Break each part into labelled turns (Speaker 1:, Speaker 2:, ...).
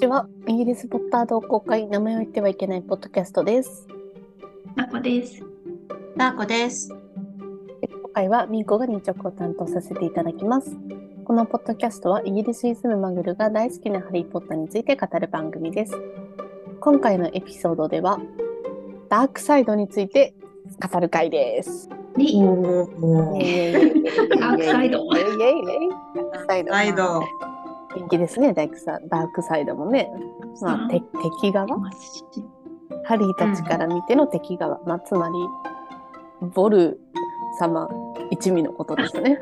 Speaker 1: ちは。イギリスポッター同好会、名前を言ってはいけないポッドキャストです。
Speaker 2: なこです。
Speaker 3: なあこです。
Speaker 1: 今回はミーコが日直を担当させていただきます。このポッドキャストはイギリスに住むマグルが大好きなハリー・ポッターについて語る番組です。今回のエピソードでは、ダークサイドについて語る回です。
Speaker 2: に、
Speaker 1: イ
Speaker 3: お
Speaker 1: エイイエイイエイイエイイエイ
Speaker 2: ダークサイド。
Speaker 1: ダークサイド。
Speaker 3: ライド。
Speaker 1: 人気ですね、ダークサダークサイドもね。まあ、て敵側ハリーたちから見ての敵側、まあ、つまりボル様一味のことです ね。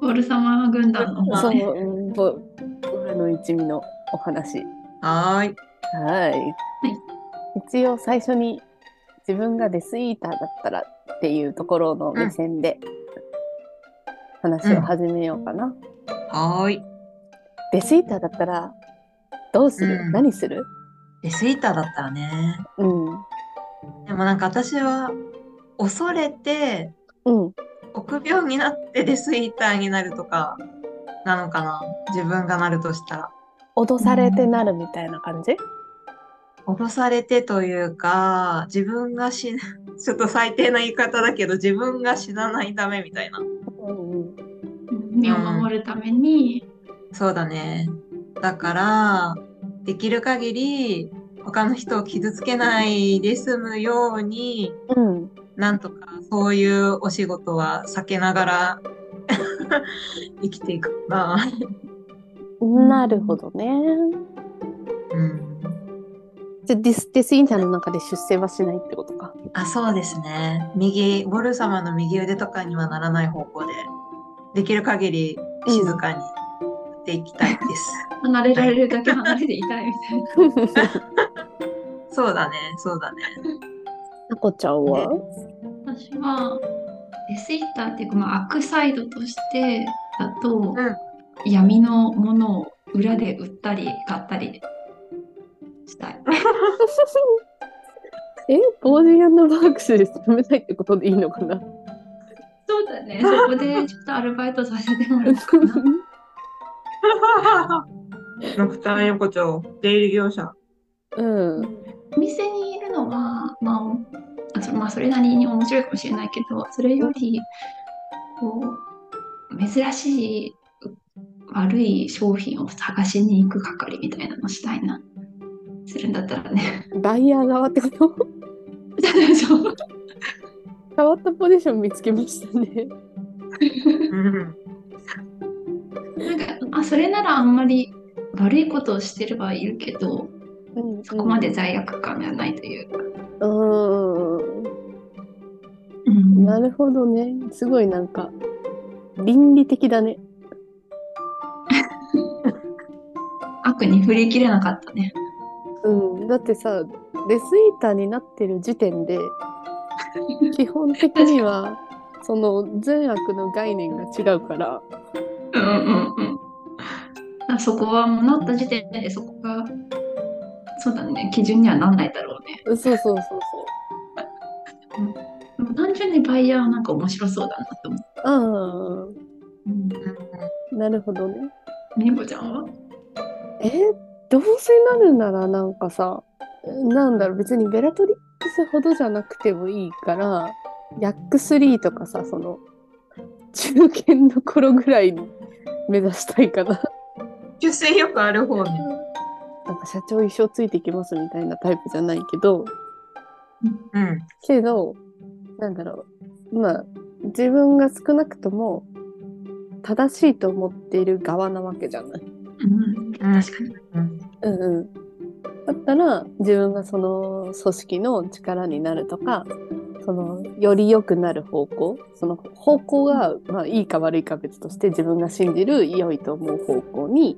Speaker 2: ボルサマー軍団の
Speaker 3: ま
Speaker 2: 方
Speaker 1: そ
Speaker 3: あ
Speaker 1: う
Speaker 2: ね。
Speaker 1: うんボボルの一味のお話。
Speaker 3: はーい。
Speaker 1: はい。一応最初に自分がデスイーターだったらっていうところの目線で話を始めようかな。
Speaker 3: はーい。
Speaker 1: デスイーターだったらどうする、
Speaker 3: うん
Speaker 1: 何する
Speaker 3: デスイーターだったらね。
Speaker 1: うん。
Speaker 3: でもなんか私は、恐れて、
Speaker 1: うん。
Speaker 3: 臆病になってデスイーターになるとか、なのかな。自分がなるとしたら。
Speaker 1: 脅されてなるみたいな感じ、
Speaker 3: 脅されてというか、自分が死な、 ちょっと最低な言い方だけど、自分が死なないためみたいな。
Speaker 1: うんうん、
Speaker 2: 身を守るために、
Speaker 3: そうだね。だから、できる限り、他の人を傷つけないで済むように、
Speaker 1: うん。
Speaker 3: なんとかそういうお仕事は避けながら 生きていくかな。
Speaker 1: なるほどね。
Speaker 3: うん。
Speaker 1: じゃディスディスインターの中で出世はしないってことか。
Speaker 3: あ、そうですね。右、ボル様の右腕とかにはならない方向で、できる限り静かにやっていきたいです。
Speaker 2: 離れられるだけ離れていたいみたいな。
Speaker 3: そうだね、そうだ ね。
Speaker 1: なこちゃんは、
Speaker 2: 私は、デスイッターっていうか、まあ、悪サイドとしてだと、
Speaker 3: うん
Speaker 2: 闇のものを裏で売ったり買ったりした い。
Speaker 1: え、ボーディアンドバークスで勤めたいってことでいいのかな
Speaker 2: そうだね。そこでちょっとアルバイトさせてもらおうかな。
Speaker 3: ノクターン横丁、出入り業者。
Speaker 1: うん。
Speaker 2: お店にいるのは、まあおあそ、まあ、それなりに面白いかもしれないけどそれよりこう珍しいう悪い商品を探しに行く係みたいなのしたいなするんだったらね
Speaker 1: バイヤー側ってこと
Speaker 2: そう
Speaker 1: 変わったポジション見つけましたね。
Speaker 3: うん。
Speaker 2: なんかあそれならあんまり悪いことをしてればいるけど
Speaker 1: うん
Speaker 2: そこまで罪悪感がないというか、
Speaker 1: うん。
Speaker 2: うん
Speaker 1: なるほどね。すごいなんか、倫理的だね。
Speaker 2: 悪に振り切れなかったね
Speaker 1: うん。だってさ、デスイーターになってる時点 で、基本的には、その善悪の概念が違うから、
Speaker 2: うんうんうんあそこはもうなった時点でそこがそうだね基準にはなんないだろうね
Speaker 1: そうそうそうそう。
Speaker 2: でも単純にバイヤーはなんか面白そうだなと思って、
Speaker 1: うん
Speaker 2: うん、
Speaker 1: なるほどね。
Speaker 2: みこちゃんは
Speaker 1: えーどうせなるならなんかさなんだろう別にベラトリックスほどじゃなくてもいいからヤック3とかさその中堅の頃ぐらいに目指したいかな。
Speaker 3: 出世よくある方ね。
Speaker 1: なんか社長一生ついてきますみたいなタイプじゃないけど
Speaker 3: うん。
Speaker 1: けどなんだろうまあ自分が少なくとも正しいと思っている側なわけじゃない。
Speaker 2: うん確かに
Speaker 1: うんうん、だったら自分がその組織の力になるとかそのより良くなる方向その方向が、まあ、いいか悪いか別として自分が信じる良いと思う方向に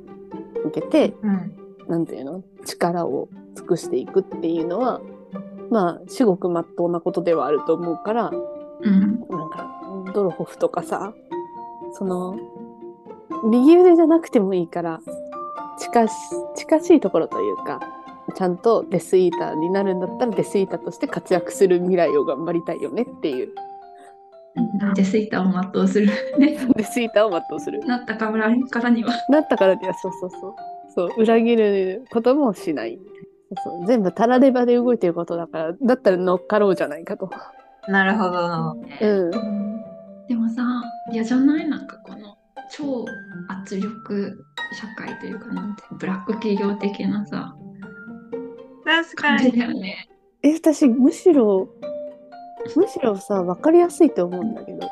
Speaker 1: 向けて
Speaker 3: うん。
Speaker 1: なんていうの力を尽くしていくっていうのはまあ至極まっとうなことではあると思うから
Speaker 2: うん
Speaker 1: なんかドロホフとかさその右腕じゃなくてもいいから近し近しいところというかちゃんとデスイーターになるんだったらデスイーターとして活躍する未来を頑張りたいよねっていう
Speaker 2: うんデスイッターを全うする ね
Speaker 1: デスイーターを全うする
Speaker 2: なったからからには
Speaker 1: なったからにはそうそうそうそう裏切ることもしないそうそう全部タラレバで動いてることだからだったら乗っかろうじゃないかと、
Speaker 3: なるほど。
Speaker 1: うん、
Speaker 2: うんでもさ嫌じゃないなんかこの超圧力社会というかなんてブラック企業的なさ
Speaker 3: 確
Speaker 2: 感
Speaker 3: か
Speaker 2: じ
Speaker 3: に。
Speaker 2: だよね。
Speaker 1: え私むしろむしろさ分かりやすいと思うんだけど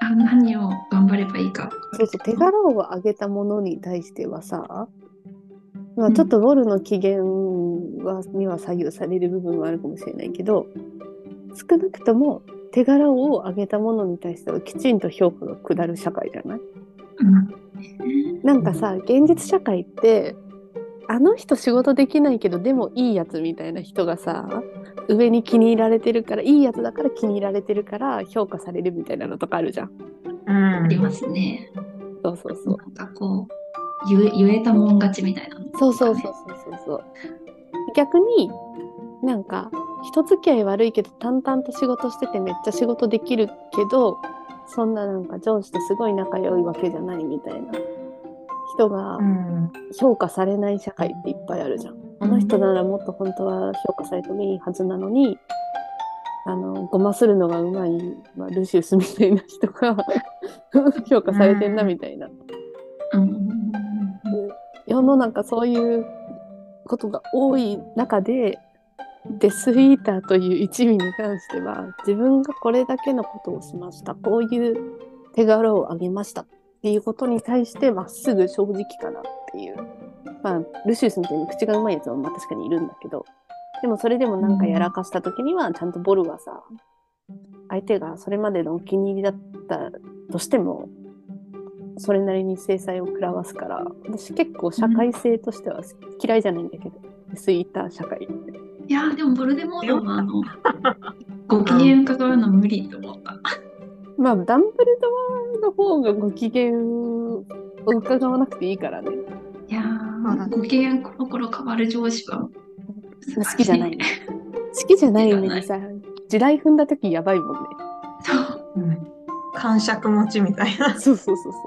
Speaker 2: あ何を頑張ればいいか。
Speaker 1: そうそう手柄を上げたものに対してはさ、まあ、ちょっとウォルの機嫌はには左右される部分はあるかもしれないけど少なくとも手柄を上げたものに対してはきちんと評価が下る社会じゃない
Speaker 2: うん
Speaker 1: なんかさ現実社会ってあの人仕事できないけどでもいいやつみたいな人がさ上に気に入られてるからいいやつだから気に入られてるから評価されるみたいなのとかあるじゃん。
Speaker 3: う
Speaker 2: あり
Speaker 3: ん。
Speaker 2: ますね。
Speaker 1: そうそうそう。
Speaker 2: なんかこう言え言えたもん勝ちみたいなのとか
Speaker 1: そ
Speaker 2: ね、
Speaker 1: うそうそうそうそうそう。逆になんか人付き合い悪いけど淡々と仕事しててめっちゃ仕事できるけどそんななんか上司とすごい仲良いわけじゃないみたいな人が
Speaker 3: うん。
Speaker 1: 評価されない社会っていっぱいあるじゃん。あの人ならもっと本当は評価されてもいいはずなのにあのごまするのがうまい、まあ、ルシウスみたいな人が 評価されてんなみたいな。
Speaker 2: うん。うん
Speaker 1: 世の中そういうことが多い中でデスイーターという一味に関しては自分がこれだけのことをしましたこういう手柄をあげましたっていうことに対してまっすぐ正直かなっていうまあルシウスみたいに口がうまいやつもまあ確かにいるんだけどでもそれでもなんかやらかした時にはちゃんとボルはさ相手がそれまでのお気に入りだったとしてもそれなりに制裁を食らわすから私結構社会性としては嫌いじゃないんだけど、スイーター社会
Speaker 2: うんいやーでもボルデモートの あのご機嫌伺うの無理と思った。
Speaker 1: まあダンブルドアの方がご機嫌を伺わなくていいからね
Speaker 2: いや
Speaker 3: そうだ
Speaker 2: ー
Speaker 3: ね
Speaker 2: ご機嫌コロコロ変わる上司は
Speaker 1: 好きじゃない。 好きじゃないのにさ地雷踏んだ時やばいもんね
Speaker 2: そう。
Speaker 3: うん。感触持ちみたいな。
Speaker 1: そうそうそうそ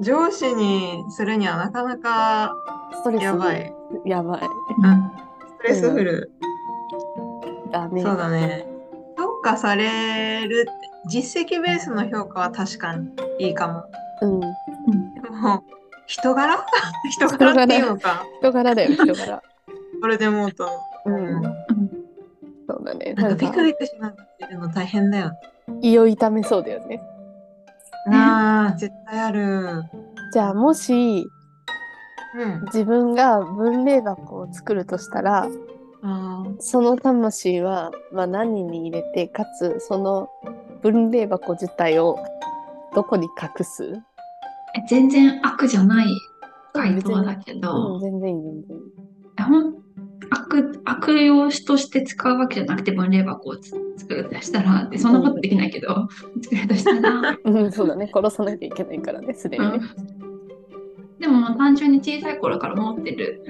Speaker 3: 上司にするにはなかなか
Speaker 1: うストレス
Speaker 3: やばい。
Speaker 1: やばい
Speaker 3: うん。ストレスフル。
Speaker 1: だね
Speaker 3: そうだね。評価されるって実績ベースの評価は確かにいいかも。
Speaker 1: うん
Speaker 2: うん
Speaker 3: でも 人柄人柄っていうのか。
Speaker 1: 人柄だよ人柄
Speaker 3: それでもうと。
Speaker 1: うん
Speaker 2: うん
Speaker 1: そうだね
Speaker 3: な
Speaker 1: なん
Speaker 3: か
Speaker 1: ん
Speaker 3: ビ
Speaker 1: か
Speaker 3: クビクしながら見るの大変だよね。
Speaker 1: 胃を痛めそうだよね
Speaker 3: ああ、絶対ある。
Speaker 1: じゃあもし
Speaker 3: うん。
Speaker 1: 自分が分霊箱を作るとしたら
Speaker 3: あ
Speaker 1: その魂は、まあ、何に入れてかつその分霊箱自体をどこに隠す、
Speaker 2: え全然悪じゃない回答だけ
Speaker 1: うん、
Speaker 2: ど、
Speaker 1: 全然いい全然いい
Speaker 2: ほん悪悪用紙として使うわけじゃなくて分霊箱をつ作るとしたらでそんなことできないけど、作るとした ら、
Speaker 1: うん、そうだね殺さなきゃいけないからねすで
Speaker 2: う
Speaker 1: にね、
Speaker 2: んでもまあ単純に小さい頃から持ってる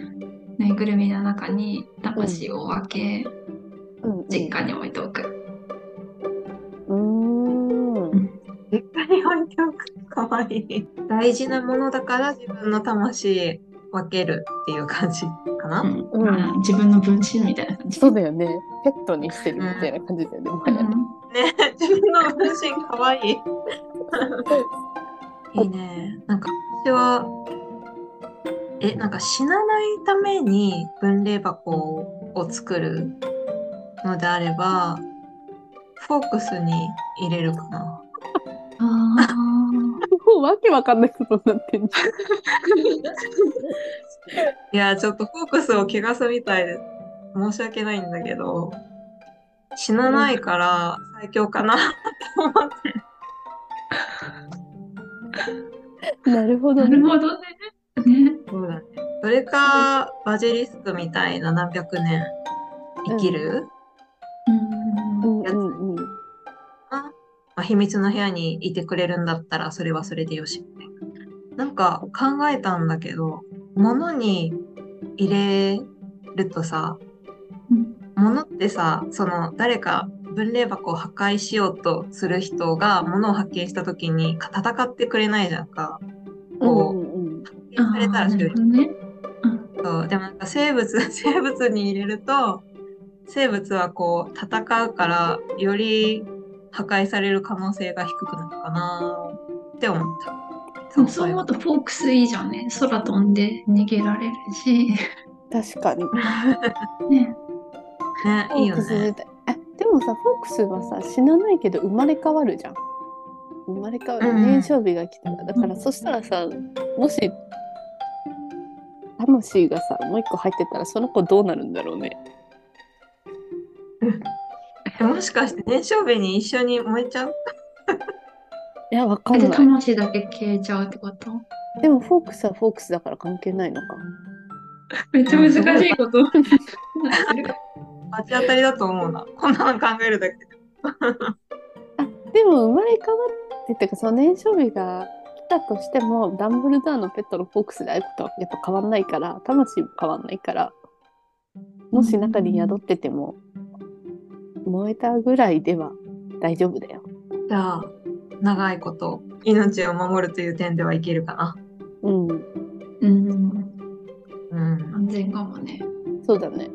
Speaker 2: ぬいぐるみの中に魂を分け、
Speaker 1: うんうん、
Speaker 2: 実家に置いておく。
Speaker 1: うー
Speaker 2: うんん
Speaker 3: ー実家に置いておく。かわいい。大事なものだから自分の魂分けるっていう感じかな。
Speaker 2: うんまあ自分の分身みたいな感じ。
Speaker 1: そうだよねペットにしてるみたいな感じだよね、もはや
Speaker 2: うん
Speaker 3: ね、自分の分身かわいい。いいね。なんか私は、え、なんか死なないために分霊箱を作るのであれば、フォークスに入れるかな。
Speaker 2: ああ、
Speaker 1: もうわけわかんないことになってんじ
Speaker 3: いや、ちょっとフォークスを汚すみたいで申し訳ないんだけど、死なないから最強かなって思って。
Speaker 1: ゃんなるほど
Speaker 2: な
Speaker 1: ね
Speaker 2: るほどね。ね。
Speaker 3: そうだね。それか、バジリスクみたいな何百年生きる、
Speaker 2: うん
Speaker 1: うんうんうん
Speaker 3: まあ、秘密の部屋にいてくれるんだったらそれはそれでよしみたいな。なんか考えたんだけど物に入れるとさ
Speaker 2: うん
Speaker 3: 物ってさその誰か分霊箱を破壊しようとする人が物を発見した時にか戦ってくれないじゃんか。
Speaker 1: う
Speaker 3: こ
Speaker 1: んうん
Speaker 2: あ
Speaker 3: されたら
Speaker 2: ー
Speaker 3: 終
Speaker 2: なる
Speaker 3: 了
Speaker 2: ほどね。
Speaker 3: そうでもなんか生物 生物に入れると生物はこう戦うからより破壊される可能性が低くなるかなって思った。
Speaker 2: でもそう思
Speaker 3: 思
Speaker 2: うとフォークスいいじゃんね。空飛んで逃げられる し。
Speaker 1: 確かに。
Speaker 2: ね。
Speaker 3: ね
Speaker 1: フ
Speaker 3: いい
Speaker 1: ォー
Speaker 3: よ
Speaker 1: クス自
Speaker 3: ね。
Speaker 1: 体えでもさフォークスはさ死なないけど生まれ変わるじゃん生まれ変わる、
Speaker 3: うん
Speaker 1: 年少日が来たらだから、
Speaker 2: うん
Speaker 1: そしたらさもし魂がさもう一個入ってたらその子どうなるんだろうね
Speaker 3: えもしかして年少日に一緒に燃えちゃう
Speaker 1: いやわか
Speaker 2: え
Speaker 1: ん
Speaker 2: で、
Speaker 1: ない
Speaker 2: 魂だけ消えちゃうってこと
Speaker 1: でもフォークスはフォークスだから関係ないのか
Speaker 2: めっちゃ難しいこと。
Speaker 3: 罰当たりだと思うな。こんなの考えるだけで。
Speaker 1: でも生まれ変わってっていうかその年少日が来たとしてもダンブルドアのペットのフォークスであることはやっぱ変わんないから魂も変わんないからもし中に宿ってても燃えたぐらいでは大丈夫だよ。
Speaker 3: じゃあ長いこと命を守るという点ではいけるかな。
Speaker 1: うん、
Speaker 2: うん。
Speaker 3: うん。
Speaker 2: 安全かもね。
Speaker 1: そうだね。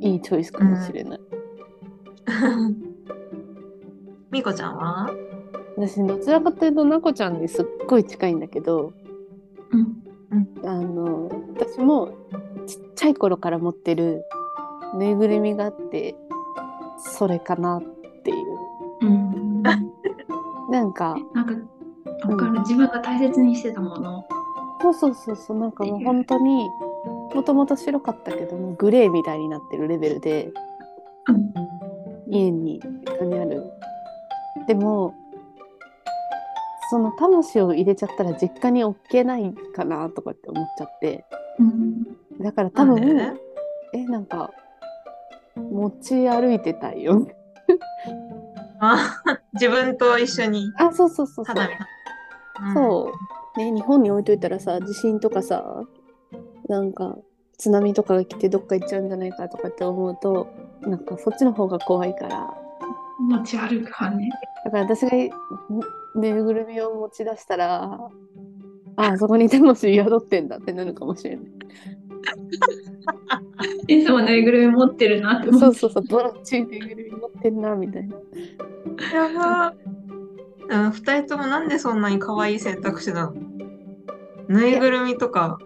Speaker 1: いいチョイスかもしれない。
Speaker 3: みこちゃんは
Speaker 1: 私どちらかというとなこちゃんにすっごい近いんだけど
Speaker 2: うん。
Speaker 1: あの私もちっちゃい頃から持ってるぬいぐるみがあってそれかなっていう
Speaker 2: うん。なん
Speaker 1: なんか
Speaker 2: か、わかる。自分が大切にしてたもの。
Speaker 1: そうそうそうそうなんかもう本当にもともと白かったけどもうグレーみたいになってるレベルで
Speaker 2: うん。
Speaker 1: 家に紙あるでもその魂を入れちゃったら実家に置けないかなとかって思っちゃって
Speaker 2: うん。
Speaker 1: だから多分、
Speaker 3: なんで
Speaker 1: えなんか持ち歩いてたいよ
Speaker 3: あ自分と一緒に
Speaker 1: あそうそうそうそ
Speaker 3: た
Speaker 1: う
Speaker 3: だ見た
Speaker 1: そうね日本に置いといたらさ地震とかさなんか津波とかが来てどっか行っちゃうんじゃないかとかって思うとなんかそっちの方が怖いから
Speaker 2: 持ち歩く派ね。
Speaker 1: だから私がぬぬいぐるみを持ち出したらああそこに魂宿ってんだってなるかもしれない
Speaker 2: いつもぬいぐるみ持ってるなって思
Speaker 1: そう
Speaker 2: う。
Speaker 1: そうそうボロッチいぬいぐるみ持ってんなみたいな
Speaker 3: うん。やば。うん、二人ともなんでそんなに可愛い選択肢なのぬいぐるみとか。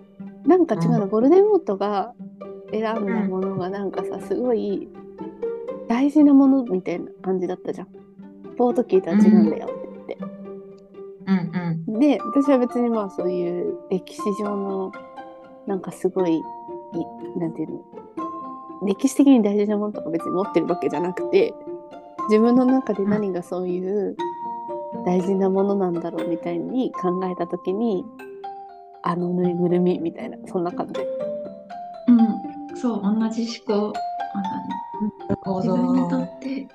Speaker 1: なんか違うの、ボルデモートが選んだものがなんかさすごい大事なものみたいな感じだったじゃんポートキーとは違うんだよって言って、
Speaker 3: うんうん。
Speaker 1: で私は別にまあそういう歴史上のなんかすごいいなんていうの歴史的に大事なものとか別に持ってるわけじゃなくて自分の中で何がそういう大事なものなんだろうみたいに考えた時にあのぬいぐるみみたいなそんな感じ
Speaker 2: うん。そう、同じ思考。あの
Speaker 3: なるほ
Speaker 2: 自分にとって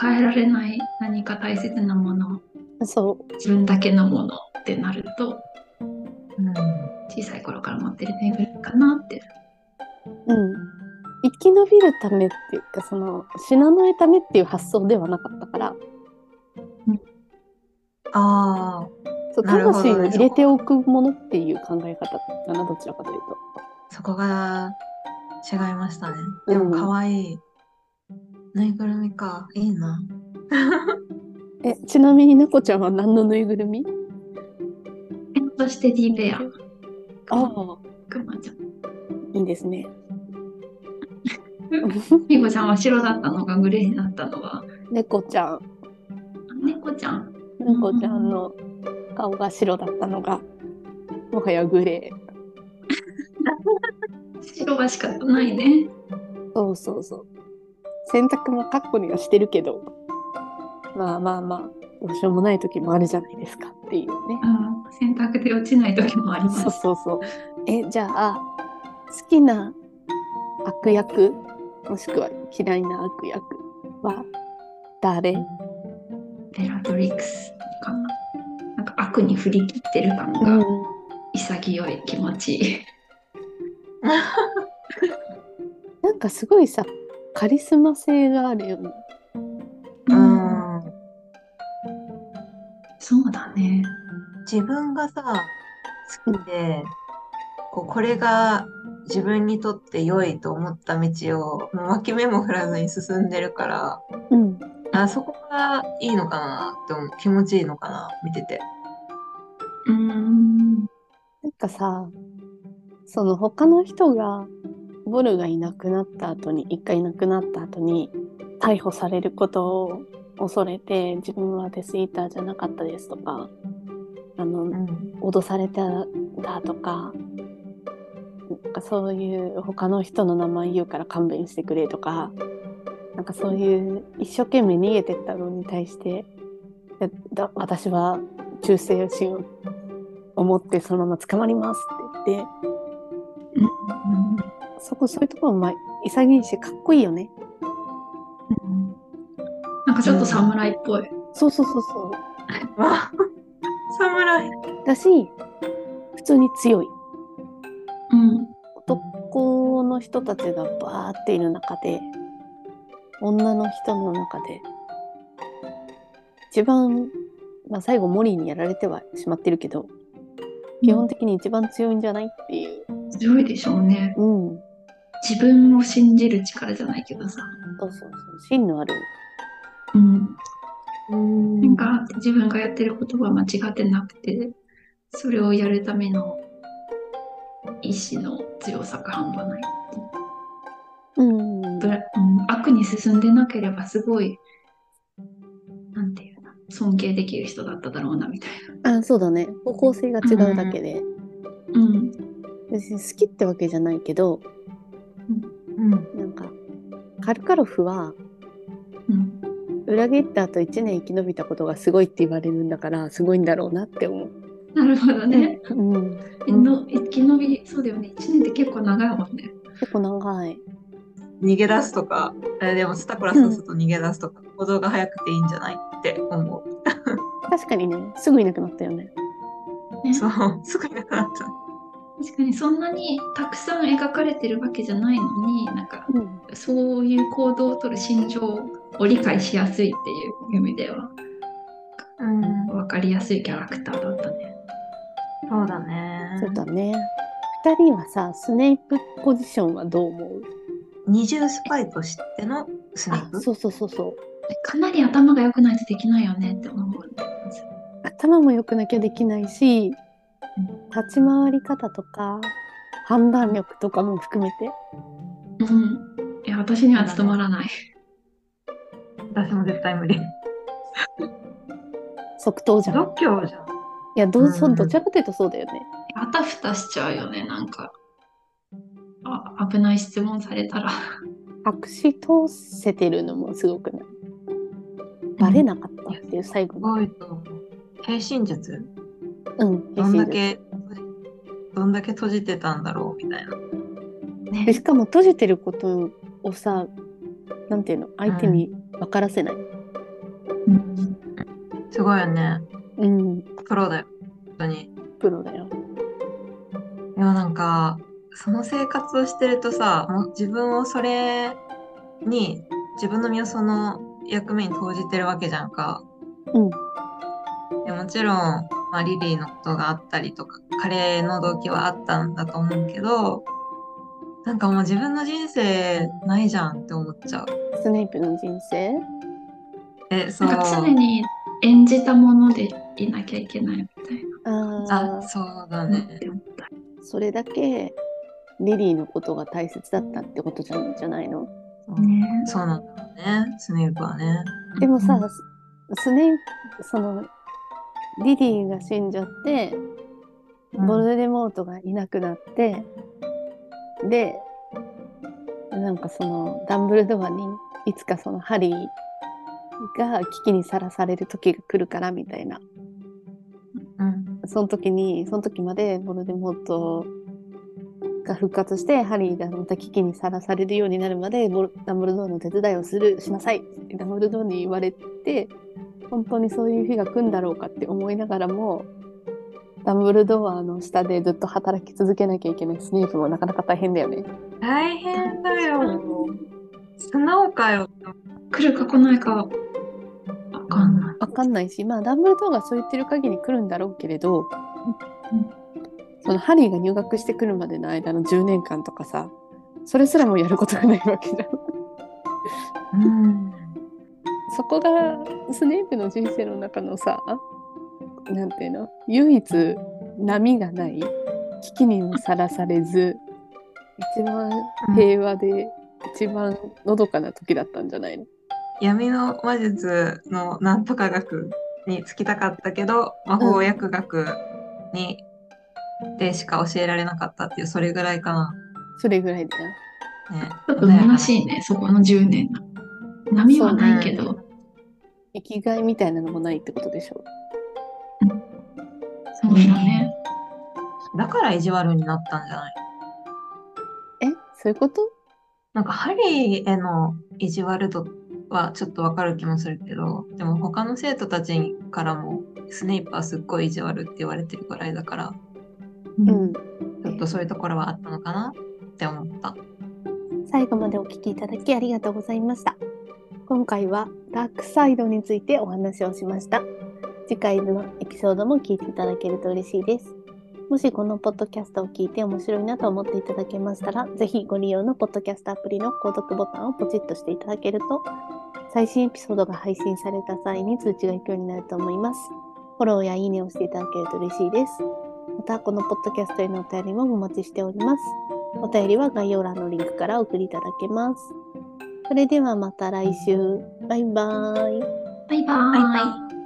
Speaker 2: 変えられない何か大切なもの
Speaker 1: そう
Speaker 2: 自分だけのものってなると
Speaker 3: うん
Speaker 2: 小さい頃から持ってるぬいぐるみかなって
Speaker 1: うん生き延びるためっていうかその死なないためっていう発想ではなかったから
Speaker 3: ああ、
Speaker 1: そう
Speaker 3: なるほど
Speaker 1: 魂
Speaker 3: ね
Speaker 1: を入れておくものっていう考え方だなどちらかというと。
Speaker 3: そこが違いましたね。
Speaker 1: うん
Speaker 3: でも可愛い。ぬいぐるみか。いいな。
Speaker 1: えちなみになこちゃんは何のぬいぐるみ
Speaker 2: そしてティーベア
Speaker 1: あ
Speaker 2: くまちゃん
Speaker 1: いいですね。
Speaker 2: みこちゃんは白だったのがグレーになったのは
Speaker 1: 猫ちゃん
Speaker 2: 猫ちゃん
Speaker 1: 猫ちゃんの顔が白だったのがもはやグレー。
Speaker 2: 白が仕方ないね
Speaker 1: そうそうそう。洗濯もカッコにはしてるけどまあまあまあどうしようもない時もあるじゃないですかっていうね。
Speaker 2: うん洗濯で落ちない時もありま
Speaker 1: そう
Speaker 2: す
Speaker 1: そうそう。えじゃあ好きな悪役もしくは嫌いな悪役は誰
Speaker 2: ベラトリックスかななんか悪に振り切ってる
Speaker 1: う
Speaker 2: 感
Speaker 1: ん
Speaker 2: が潔い気持ちいい、
Speaker 1: なんかすごいさカリスマ性があるよね。
Speaker 2: うん、そうだね
Speaker 3: 自分がさ好きで、こうこれが自分にとって良いと思った道をもう脇目も振らずに進んでるから、
Speaker 1: うん。
Speaker 3: あそこがいいのかなって思う、気持ちいいのかな、見てて。
Speaker 2: うーん。
Speaker 1: なんかさ、その他の人が、ボルがいなくなった後に、一回いなくなった後に、逮捕されることを恐れて、自分はデスイーターじゃなかったですとか、あの、
Speaker 3: うん、
Speaker 1: 脅されてたとか、なんかそういう他の人の名前言うから勘弁してくれとか、なんかそういう一生懸命逃げてったのに対して、いやだ私は忠誠心を思ってそのまま捕まりますって言って、
Speaker 2: うん
Speaker 1: そこそういうところもまあ潔いしかっこいいよね。
Speaker 2: うんなんかちょっと侍っぽい。
Speaker 1: そうそうそうそう。
Speaker 3: わ侍。
Speaker 1: だし、普通に強い。
Speaker 2: うん。
Speaker 1: 男の人たちがバーっている中で女の人の中で一番、まあ、最後モリーにやられてはしまってるけど基本的に一番強いんじゃないっていう、
Speaker 2: 強いでしょうね。
Speaker 1: うん、
Speaker 2: 自分を信じる力じゃないけどさ。
Speaker 1: そうそうそう芯のある
Speaker 2: うん。
Speaker 3: うん
Speaker 2: なんか自分がやってることは間違ってなくて、それをやるための意志の強さが半端ない。
Speaker 1: うん
Speaker 2: ぶらうん悪に進んでなければすごい、なんていうの、尊敬できる人だっただろうなみたい
Speaker 1: あそうだね方向性が違うだけで、
Speaker 2: な。うん。
Speaker 1: 別に好きってわけじゃないけど
Speaker 3: うん
Speaker 1: なんかカルカロフは
Speaker 2: うん。
Speaker 1: 裏切った後1年生き延びたことがすごいって言われるんだからすごいんだろうなって思う。
Speaker 2: なるほどね。
Speaker 1: うん
Speaker 2: の生き延び、そうだよね。1年って結構長いもんね。
Speaker 1: 結構長い。
Speaker 3: 逃げ出すとか、えでもスタコラさっさと逃げ出すとか、行動が早くていいんじゃないって思う。
Speaker 1: 確かにね、すぐいなくなったよね。
Speaker 2: ね
Speaker 3: そ
Speaker 2: 確
Speaker 3: う、すぐいなくなった。
Speaker 2: かにそんなにたくさん描かれてるわけじゃないのに、なんか
Speaker 1: うん。
Speaker 2: そういう行動をとる心情を理解しやすいっていう意味では
Speaker 3: うん、
Speaker 2: 分かりやすいキャラクターだったね。
Speaker 3: そうだね。
Speaker 1: そうだね。二人はさ、スネイプポジションはどう思う
Speaker 3: 二重スパイとしてのスネ
Speaker 1: あ
Speaker 3: ー、プ。
Speaker 1: そうそうそうそう。
Speaker 2: かなり頭が良くないとできないよねって思う。
Speaker 1: 頭も良くなきゃできないし、立ち回り方とか、判断力とかも含めて。
Speaker 2: うん。いや、私には務まらない。
Speaker 3: 私も絶対無理。
Speaker 1: 即答じゃん。
Speaker 3: 度胸じゃん。
Speaker 1: いや、どうそうう、
Speaker 3: ん
Speaker 1: どちらかというとそうだよね。
Speaker 2: あたふたしちゃうよね、なんか。あ危ない質問されたら。
Speaker 1: 隠し通せてるのもすごくない。バレなかったっていう最後
Speaker 3: す
Speaker 1: の。
Speaker 3: ごいと思う。平身術
Speaker 1: うん、
Speaker 3: どんだけ、どんだけ閉じてたんだろうみたいな。
Speaker 2: ね
Speaker 1: でしかも閉じてることをさなんていうの相手に分からせない、
Speaker 2: うん
Speaker 3: すごいよね。
Speaker 1: うん
Speaker 3: プロだよ。本当に。
Speaker 1: プロだよ
Speaker 3: いや、なんか、その生活をしてるとさ、もう自分をそれに、自分の身をその役目に投じてるわけじゃんか。
Speaker 1: うん
Speaker 3: でもちろん、まあ、リリーのことがあったりとか、彼の動機はあったんだと思うけど、なんかもう自分の人生ないじゃんって思っちゃう。
Speaker 1: スネイプの人生
Speaker 3: え、そ
Speaker 2: な
Speaker 3: う。
Speaker 2: んか常に演じたものでいなきゃいけないみたい
Speaker 1: あ
Speaker 3: あ、
Speaker 1: あ
Speaker 3: そう
Speaker 2: な。
Speaker 3: だね。
Speaker 1: それだけリリーのことが大切だったってことじゃじゃないの
Speaker 3: うんそうなんだろうね。スネープはね。
Speaker 1: でもさ、
Speaker 2: うん
Speaker 1: ススネイプそのリリーが死んじゃってボルデモートがいなくなって、でなんかそのダンブルドアにいつかそのハリーが危機にさらされる時が来るからみたいな
Speaker 3: うん。
Speaker 1: その時にその時までボルデモートが復活してハリーがまた危機にさらされるようになるまでボルダンブルドアの手伝いをするしなさいってダンブルドアに言われて本当にそういう日が来んだろうかって思いながらもダンブルドアの下でずっと働き続けなきゃいけないスネープもなかなか大変だよね。
Speaker 3: 大変だよ。素直かよ。
Speaker 2: 来るか来ないかは分かんない。
Speaker 1: わかんないしまあダンブルドアがそう言ってる限り来るんだろうけれど、そのハリーが入学してくるまでの間の10年間とかさそれすらもやることがないわけじゃん
Speaker 3: うん
Speaker 1: そこがスネープの人生の中のさなんていうの唯一波がない危機にもさらされず一番平和で一番のどかな時だったんじゃないの、
Speaker 3: 闇の魔術のなんとか学に就きたかったけど魔法薬学にでしか教えられなかったっていうそれぐらいか
Speaker 1: それぐらいだよ。
Speaker 3: な、ね、
Speaker 2: ちょっと虚しいね、そこの10年が。波はないけ
Speaker 3: そう
Speaker 2: ど、
Speaker 1: 生きがいみたいなのもないってことでしょ
Speaker 2: そうだね。
Speaker 3: だから意地悪になったんじゃない
Speaker 1: えそういうこと
Speaker 3: なんかハリーへの意地悪度はちょっとわかる気もするけどでも他の生徒たちからもスネイプはすっごい意地悪って言われてるぐらいだから
Speaker 2: う
Speaker 1: うんん
Speaker 3: ちょっとそういうところはあったのかなって思った。
Speaker 1: 最後までお聞きいただきありがとうございました。今回はダークサイドについてお話をしました。次回のエピソードも聞いていただけると嬉しいです。もしこのポッドキャストを聞いて面白いなと思っていただけましたら、ぜひご利用のポッドキャストアプリの購読ボタンをポチッとしていただけると、最新エピソードが配信された際に通知が行くようになると思います。フォローやいいねをしていただけると嬉しいです。また、このポッドキャストへのお便りもお待ちしております。お便りは概要欄のリンクからお送りいただけます。それではまた来週。バイバーイ。
Speaker 2: バイバ
Speaker 3: バイ
Speaker 2: ー
Speaker 3: バ
Speaker 2: イ。